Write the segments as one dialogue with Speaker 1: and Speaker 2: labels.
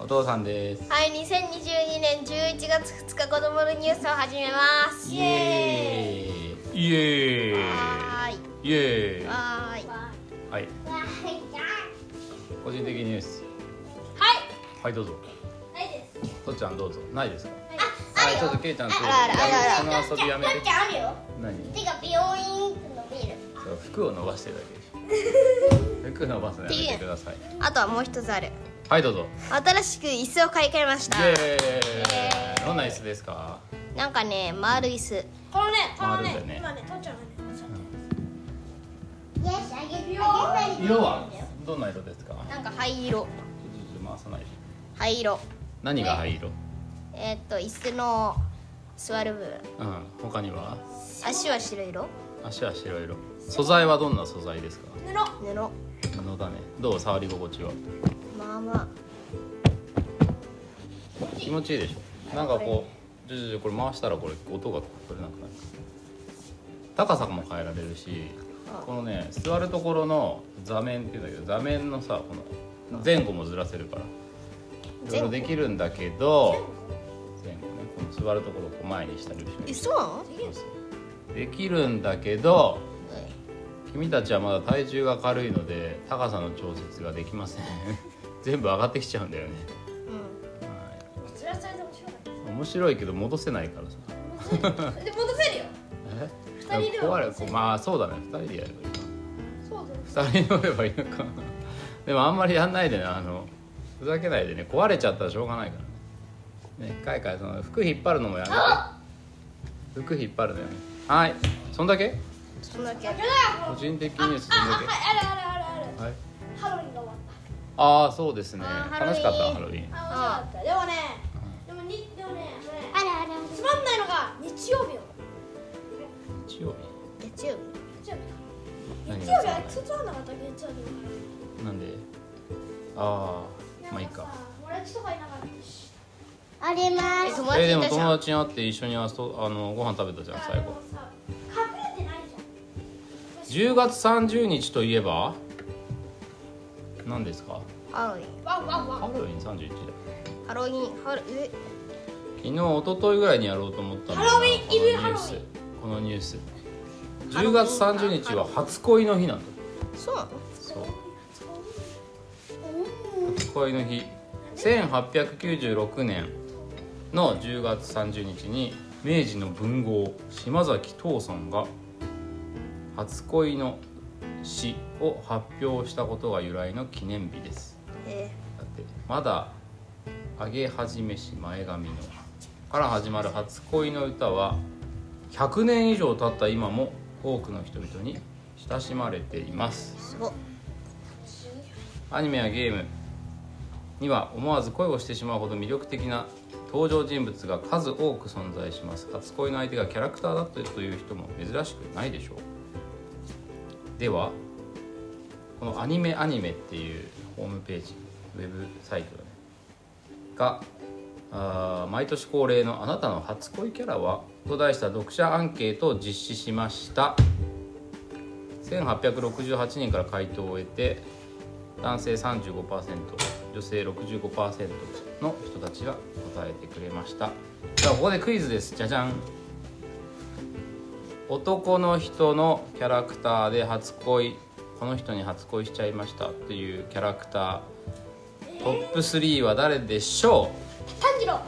Speaker 1: お父さんです
Speaker 2: はい、2022年11月2日子供のニュースを始めます
Speaker 1: イエーイイエー
Speaker 2: はーい
Speaker 1: イイエーイ
Speaker 2: はーい
Speaker 1: はい個人的ニュースはいどうぞとっちゃんどうぞないですか
Speaker 3: あ
Speaker 1: は
Speaker 3: る
Speaker 1: いち
Speaker 3: よ
Speaker 1: ょっとけいちゃんと
Speaker 2: ああるあ
Speaker 1: やめその遊びやめて
Speaker 3: だってあるよ
Speaker 1: 何
Speaker 3: てか美容院行くの見る
Speaker 1: そう服を伸ばしてるだけでしょ服伸ばすのやめてください
Speaker 2: あとはもう一つある
Speaker 1: はいどうぞ
Speaker 2: 新しく椅子を買い替えまし
Speaker 1: イ
Speaker 2: た
Speaker 1: エーイどんな椅子ですか
Speaker 2: なんかね、丸椅子
Speaker 3: このね
Speaker 1: このね回るんだよね
Speaker 3: 今ねとっちゃんがね
Speaker 4: よしあげるよ
Speaker 1: 色はどんな色ですかちょっ
Speaker 2: なんか灰色
Speaker 1: と回さないで
Speaker 2: 灰色
Speaker 1: 何が灰色
Speaker 2: えーっと、椅子の座る部分
Speaker 1: うん他には
Speaker 2: 足は白色
Speaker 1: 足は白色素材はどんな素材ですか
Speaker 2: 布
Speaker 1: 布だねどう触り心地は
Speaker 2: まあま
Speaker 1: 気持ちいいでしょなんかこうジュジュジュこれ回したらこれ音が取れなくなる高さも変えられるしこのね座るところの座面っていうんだけど座面のさこの前後もずらせるからいろいろできるんだけど前後ねこの座るところをこう前にしたり後ろ
Speaker 2: あ
Speaker 1: に
Speaker 2: え、
Speaker 1: し
Speaker 2: そうなの
Speaker 1: たりそうできるんだけど君たちはまだ体重が軽いので高さの調節ができません 全部上がってきちゃうんだよね、
Speaker 2: うん
Speaker 1: は
Speaker 3: それはそれで面白かっ
Speaker 1: い面白いけど戻せないからさ
Speaker 3: たで戻せるよ
Speaker 1: え
Speaker 3: 人では
Speaker 1: 壊れこうまあそうだね2人でやればいい
Speaker 3: そうだ
Speaker 1: な
Speaker 3: よ
Speaker 1: 2人乗ればいいのかな でもあんまりやんないでねあのふざけないでね壊れちゃったらしょうがないからねねかいかいその服引っ張るのもやめて服引っ張るのやめてはいそんだけ
Speaker 2: そんだけ
Speaker 3: あ
Speaker 1: 個人的ニュースそんだけ
Speaker 3: ああるあるあるある
Speaker 1: はい
Speaker 3: ハロウィンが終わっ
Speaker 1: ああそうですね
Speaker 2: あー
Speaker 1: 楽しかったハ
Speaker 2: ハ
Speaker 1: ロウィン
Speaker 3: たあ面白かったでもねでもにでもねあの
Speaker 4: あ
Speaker 3: ね
Speaker 4: らあら
Speaker 3: つまんないのが日曜日よ
Speaker 1: 日曜日
Speaker 2: 月曜
Speaker 3: 日曜日
Speaker 1: 何
Speaker 3: 日
Speaker 1: が
Speaker 3: 曜日
Speaker 1: さ
Speaker 3: はつまんなかった月曜日
Speaker 1: なんであ
Speaker 3: だ
Speaker 1: あ
Speaker 3: から
Speaker 1: まあいい
Speaker 3: なん
Speaker 1: か
Speaker 3: さ友達とかいなかったし
Speaker 4: ありま
Speaker 2: え、
Speaker 4: す
Speaker 2: 友
Speaker 1: え
Speaker 2: 達
Speaker 1: ーで
Speaker 2: い
Speaker 1: も
Speaker 2: たじゃ
Speaker 1: 友
Speaker 2: ん
Speaker 1: 達に会って一緒に遊あのご飯食べたじゃん最後
Speaker 3: さ隠れてないじゃ
Speaker 1: 10
Speaker 3: ん
Speaker 1: 月30日といえば何ですか
Speaker 2: ハロウィン
Speaker 3: ワンワンワン
Speaker 1: ハロウィン31だよ
Speaker 2: ハロウィン、ハロウィン
Speaker 1: 昨日一昨日ぐらいにやろうと思ったんだよな
Speaker 3: ハロウィンイブ
Speaker 1: このニュース
Speaker 3: ハロウィ
Speaker 1: このニュース
Speaker 2: ハロ
Speaker 1: 10
Speaker 2: ウィン
Speaker 1: 月30日は初恋の日なんだ
Speaker 2: えそうなの
Speaker 1: そう初恋の日1896年の10月30日に明治の文豪島崎藤村が初恋の詩を発表したことが由来の記念日です
Speaker 2: え
Speaker 1: だってまだ揚げ始めし前髪のから始まる初恋の歌は100年以上経った今も多くの人々に親しまれています
Speaker 2: ー、すごっ
Speaker 1: アニメやゲームには思わず恋をしてしまうほど魅力的な登場人物が数多く存在します初恋の相手がキャラクターだったという人も珍しくないでしょうではこの「アニメアニメ」っていうホームページウェブサイトだねがあー毎年恒例の「あなたの初恋キャラは?」と題した読者アンケートを実施しました1868人から回答を得て男性35%女性65%の人たちが答えてくれましたじゃあここでクイズですじゃじゃん男の人のキャラクターで初恋この人に初恋しちゃいましたっていうキャラクタートップ3は誰でしょ
Speaker 3: 炭治郎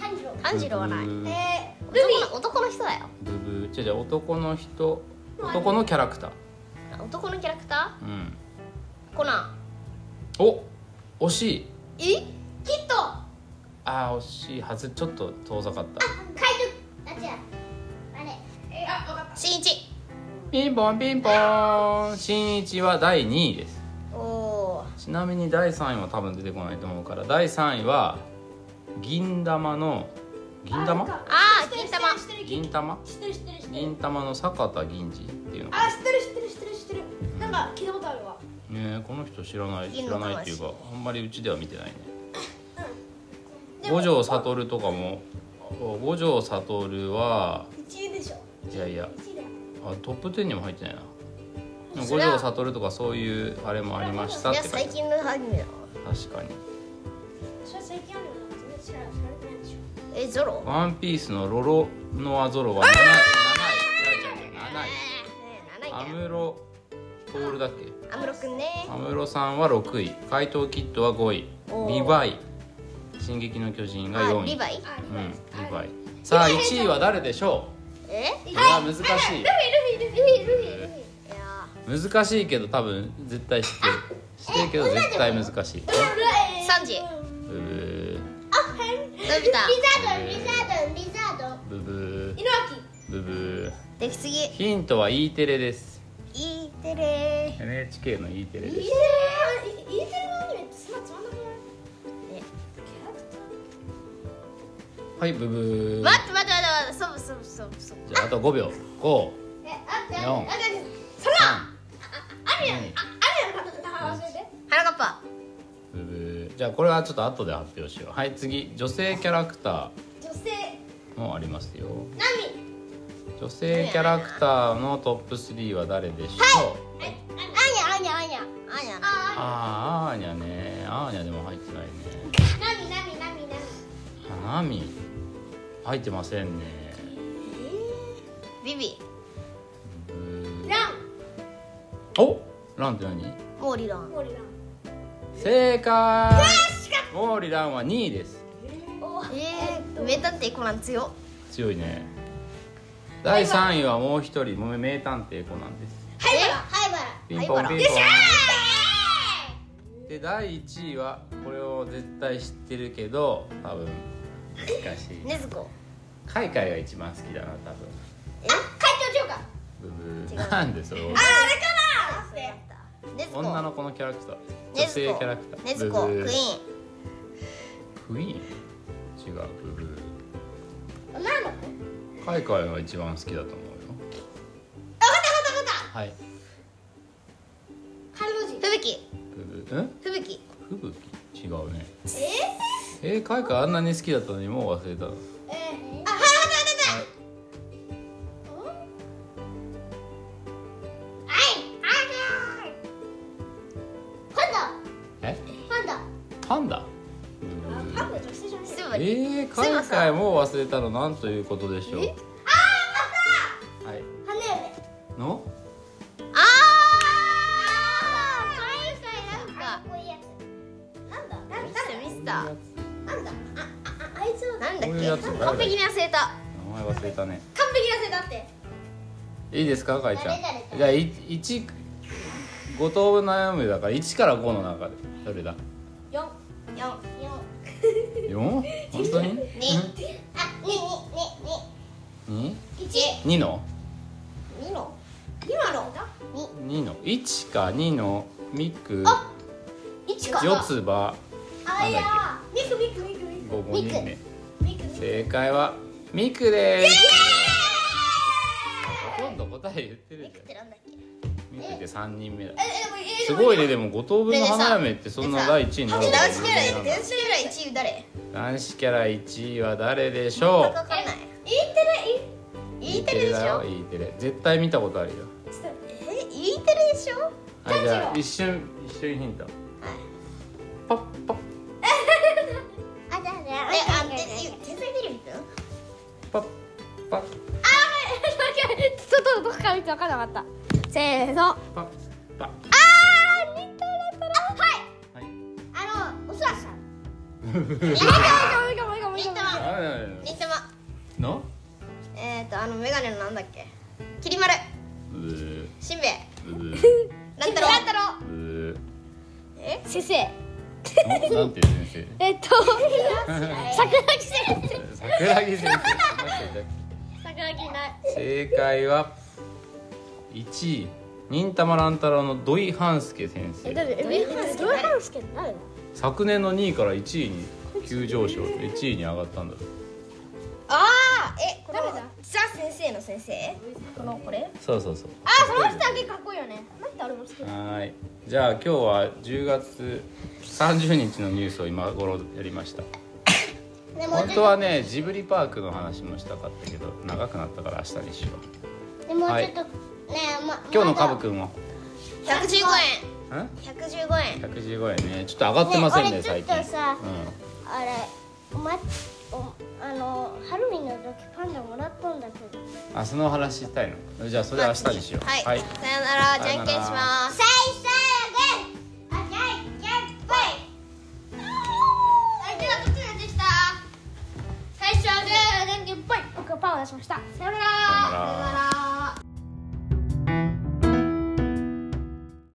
Speaker 3: 炭治郎
Speaker 1: う
Speaker 2: 炭治郎はない
Speaker 1: ブブー
Speaker 3: えー、ルビ
Speaker 2: 男の男の人だよ
Speaker 1: ブブーじゃあじゃあ男の人男のキャラクター
Speaker 2: 男のキャラクタ
Speaker 1: うん
Speaker 2: ーコナ
Speaker 1: お惜しい
Speaker 2: ンえ
Speaker 3: ーキット
Speaker 1: ああ惜しいはずちょっと遠ざかった
Speaker 4: カイトあ違うあれ
Speaker 3: えー、あ、わかった
Speaker 2: 新一
Speaker 1: ピンポンピンポーン新一は第2位です
Speaker 2: おお
Speaker 1: ちなみに第3位は多分出てこないと思うから第3位は銀玉の銀
Speaker 3: あ
Speaker 1: 玉
Speaker 2: あー
Speaker 3: 知ってる
Speaker 2: 金玉
Speaker 3: 知ってる
Speaker 1: 銀玉
Speaker 3: 知ってる知ってる知ってる知ってる
Speaker 1: 銀玉の坂田銀次っていうの
Speaker 3: あ、知ってる知ってる知ってる知ってるなんか聞いたことあるわ
Speaker 1: ねえこの人知らない知
Speaker 2: 銀
Speaker 1: ら
Speaker 2: の
Speaker 1: ない
Speaker 2: 玉
Speaker 1: っていうかあんまりうちでは見てないね
Speaker 3: でも
Speaker 1: 五条悟とかも五条悟は
Speaker 3: 一位でしょ
Speaker 1: いやいや
Speaker 3: 一位だよ
Speaker 1: あトップ10にも入ってないなでも
Speaker 2: そ
Speaker 1: 五
Speaker 2: りゃ
Speaker 1: 条悟とかそういうあれもありましたっ
Speaker 2: いや
Speaker 1: て書い
Speaker 2: 最
Speaker 1: てある
Speaker 2: 近のアニメだ
Speaker 1: 確かに
Speaker 3: それ最近知らんそれなんでしょ
Speaker 2: えゾロ
Speaker 1: ワンピースのロロノアゾロは7位。7位。違う違う違う
Speaker 2: えーねえ
Speaker 1: 7位。
Speaker 2: 7
Speaker 1: ア
Speaker 2: 位だよ
Speaker 1: ムロトールだっけ？
Speaker 2: アムロくんね
Speaker 1: アムロさんは6位、怪盗キッドは5位、
Speaker 2: おー
Speaker 1: リヴァイ、進撃の巨人が
Speaker 2: あ
Speaker 1: 4位。
Speaker 2: リヴァイ
Speaker 3: あリ
Speaker 1: うん、リヴ
Speaker 3: ヴァイ
Speaker 1: ァイ。さあ1位は誰でしょ
Speaker 2: え
Speaker 1: う？これは難しい。
Speaker 3: ルフィルフィルフィルフィル
Speaker 2: い
Speaker 3: フィ
Speaker 2: や
Speaker 1: 難しいけど多分絶対知ってる。知ってるけど絶対難しい。
Speaker 2: ーサンジ
Speaker 1: ブブ
Speaker 4: リザード
Speaker 2: のび太
Speaker 4: リザードリザード
Speaker 1: ー、ブブ
Speaker 3: 井之
Speaker 1: ー、ブブー。
Speaker 2: できすぎ
Speaker 1: ヒントは E テレです。
Speaker 2: E テレ
Speaker 1: NHK の E テレ
Speaker 3: 脇
Speaker 1: で
Speaker 3: イ
Speaker 1: す。
Speaker 3: ーテレイーテレのアニメってそんなつまんなくない
Speaker 2: ね
Speaker 3: キャラクター
Speaker 1: はい、ブブー。
Speaker 2: 待って待って待って待ってそうそうそうそう
Speaker 1: じゃああと5秒。5、
Speaker 3: えあって
Speaker 1: 4、
Speaker 3: あってそれは
Speaker 1: 3、
Speaker 3: アニメあアニメの方だ忘れて
Speaker 2: はなかっぱ
Speaker 1: ブブー。じゃあこれはちょっと後で発表しよう。はい、次女性キャラクタ
Speaker 3: 女性
Speaker 1: ーもありますよ。
Speaker 3: ナ
Speaker 1: 女性キャラクターのトップ3は誰でしょう？
Speaker 4: アニャアニャアニャ
Speaker 2: あーにゃな
Speaker 1: あ
Speaker 3: あ
Speaker 1: ーあーにゃね、あーにゃでも入ってないね。
Speaker 3: ナミナミナミナミ
Speaker 1: 花見入ってませんね。
Speaker 2: ビビ
Speaker 1: ブブー
Speaker 3: ラ
Speaker 1: お、ランって何？
Speaker 2: モーリラン
Speaker 3: ンモリラン
Speaker 1: 正解。モーリランは2位です。
Speaker 3: おー
Speaker 2: えー、名探偵コナン強っ
Speaker 1: 強いね。第3位はもう一人、もう名探偵コナンです。
Speaker 3: はいほら
Speaker 4: ハイバラ
Speaker 1: ピンポ
Speaker 2: 灰
Speaker 1: ン
Speaker 2: 原
Speaker 1: ピンポン。で第1位はこれを絶対知ってるけど多分難しい。
Speaker 2: ねずこ
Speaker 1: カイカイが一番好きだな多分。
Speaker 2: え
Speaker 3: 会長ジョーカー
Speaker 1: ブブ
Speaker 2: 違う
Speaker 1: ーなんでそれを
Speaker 2: あそうだったねずこ
Speaker 1: 女の子のキャラクター
Speaker 2: ね
Speaker 1: 女
Speaker 2: ず
Speaker 1: 性キ
Speaker 2: こ
Speaker 1: ャラクター
Speaker 2: ねずこクイ
Speaker 1: ブ
Speaker 2: ーン
Speaker 1: ブクイーン違うブブ
Speaker 3: 女の子
Speaker 1: ーカイカイが一番好きだと思うよ
Speaker 3: あわかったわかったわかっ
Speaker 1: はい
Speaker 3: たカルボジ
Speaker 2: 吹雪
Speaker 1: ブブーん
Speaker 2: 吹雪
Speaker 1: 吹雪違うね
Speaker 3: え
Speaker 1: えー、カイカイあんなに好きだったのにもう忘れた
Speaker 3: えあはいはいはい
Speaker 1: え
Speaker 4: パンダ
Speaker 1: パンダブ
Speaker 3: はい
Speaker 1: ブ
Speaker 3: パ
Speaker 1: ー
Speaker 3: ンダ女性じゃない
Speaker 2: す
Speaker 1: え
Speaker 2: ばり
Speaker 1: ー、カイカイもう忘れたのなんということでしょうああはい
Speaker 4: 花嫁
Speaker 1: の
Speaker 2: ああ海外なんか
Speaker 4: こういうやつ
Speaker 3: なんだ
Speaker 2: ミスターミスター
Speaker 3: なんだあああいつは
Speaker 2: なんだ
Speaker 1: こ
Speaker 2: っ
Speaker 1: ういう
Speaker 2: け
Speaker 1: やつ誰だ
Speaker 2: 完璧に忘れた
Speaker 1: 名前忘れたね
Speaker 3: 完璧なせいだって
Speaker 1: いいですか、かいちゃん。
Speaker 4: 誰々と
Speaker 1: じゃあ、い一。五等分悩むだから、一から五の中で、どれだ。
Speaker 3: 四
Speaker 2: 四
Speaker 1: 四。本当に。
Speaker 2: 二
Speaker 4: あねねねね
Speaker 1: 二。
Speaker 2: 一
Speaker 1: 二の。
Speaker 2: 二の
Speaker 3: 今のだ
Speaker 1: 二の、一か二の。ミク。
Speaker 2: 一か
Speaker 1: 四つ葉。
Speaker 3: あいや
Speaker 1: な
Speaker 3: ミクミクミクミク
Speaker 1: 五五人目。
Speaker 3: ミクミク
Speaker 1: 正解は。ミクです。ほとんど答え言ってるじ
Speaker 2: ってなんだっけ
Speaker 1: ゃん。ミクって三人目だ。
Speaker 3: えでもえ
Speaker 1: すごいね、
Speaker 3: でも
Speaker 1: でも、五等分の花嫁って、そんな第一位にな
Speaker 2: 男
Speaker 1: る
Speaker 2: 子
Speaker 1: ことは
Speaker 2: キャラ男子キャラ一位誰
Speaker 1: 男子キャラ一位は誰でしょ
Speaker 2: わ
Speaker 1: う。
Speaker 2: かんない E テレ E テレでし
Speaker 1: E
Speaker 2: ょ
Speaker 1: だよ E テレ、絶対見たことあるよ。
Speaker 2: え E テレでしょ
Speaker 1: はい、じゃ
Speaker 3: ラ
Speaker 1: あ
Speaker 3: ジオ
Speaker 1: 一瞬一瞬ヒント。パッパッ
Speaker 4: あだ
Speaker 2: え
Speaker 4: だ
Speaker 2: あて天才テレビだよ
Speaker 1: パッパッ
Speaker 3: ちょっとどこから見て分からなかったせーの
Speaker 1: パッパッ。
Speaker 4: あのおそらさん
Speaker 2: 忍たま
Speaker 1: あーニトラはい。あ
Speaker 3: もう一回もう一回もう一回
Speaker 1: ー
Speaker 2: 忍たま
Speaker 1: の？
Speaker 2: えっとあのメガネのなんだっけきり丸
Speaker 1: うー
Speaker 2: しんべヱ
Speaker 1: うー
Speaker 2: 乱太郎
Speaker 3: 乱太郎
Speaker 1: うー
Speaker 2: え
Speaker 3: 先生
Speaker 1: のなんていう先
Speaker 3: えっと桜木先生
Speaker 1: 生？桜木先
Speaker 3: 桜木いない
Speaker 1: 生。正解は一位。忍たま乱太郎の土井半助先生
Speaker 3: 誰上原助上原助誰だ
Speaker 1: 昨年の2位から1位に急上昇1位に上がったんだ
Speaker 2: ああえこの
Speaker 3: 誰だ
Speaker 2: さ先生の先生このこれ
Speaker 1: そうそうそう
Speaker 3: あその人だけかっこいいよねなんてあれも好き
Speaker 1: はい。じゃあ今日は10月30日のニュースを今頃やりました。
Speaker 4: でも
Speaker 1: 本当はねジブリパークの話もしたかったけど長くなったから明日にしよう。
Speaker 4: でもうちょっと、
Speaker 1: はい
Speaker 4: ねえま
Speaker 1: 今日のカ
Speaker 4: ま
Speaker 1: ブ
Speaker 4: だ
Speaker 1: くんは？
Speaker 2: 115
Speaker 1: ん
Speaker 2: 円115円
Speaker 1: ？115円ね。ちょっと上がってませんね
Speaker 4: ね俺
Speaker 1: 最
Speaker 4: ちょっと
Speaker 1: 近。
Speaker 4: さあれおまおあのハロウィンの時パンダもらったんだけど
Speaker 1: あその話したいのじゃあそれ明日にしよう
Speaker 2: はい、
Speaker 1: はい
Speaker 2: さよなら
Speaker 1: さ
Speaker 2: じ
Speaker 1: よ
Speaker 2: ゃ
Speaker 1: なんら
Speaker 2: けんします
Speaker 4: せいせいぐんあじゃんじゃんぽい
Speaker 2: 相手がこっちなんでした最初はグーじゃんけんぽい
Speaker 3: 僕はパーを出しました。
Speaker 2: さよなら
Speaker 1: さよなら
Speaker 2: さよなら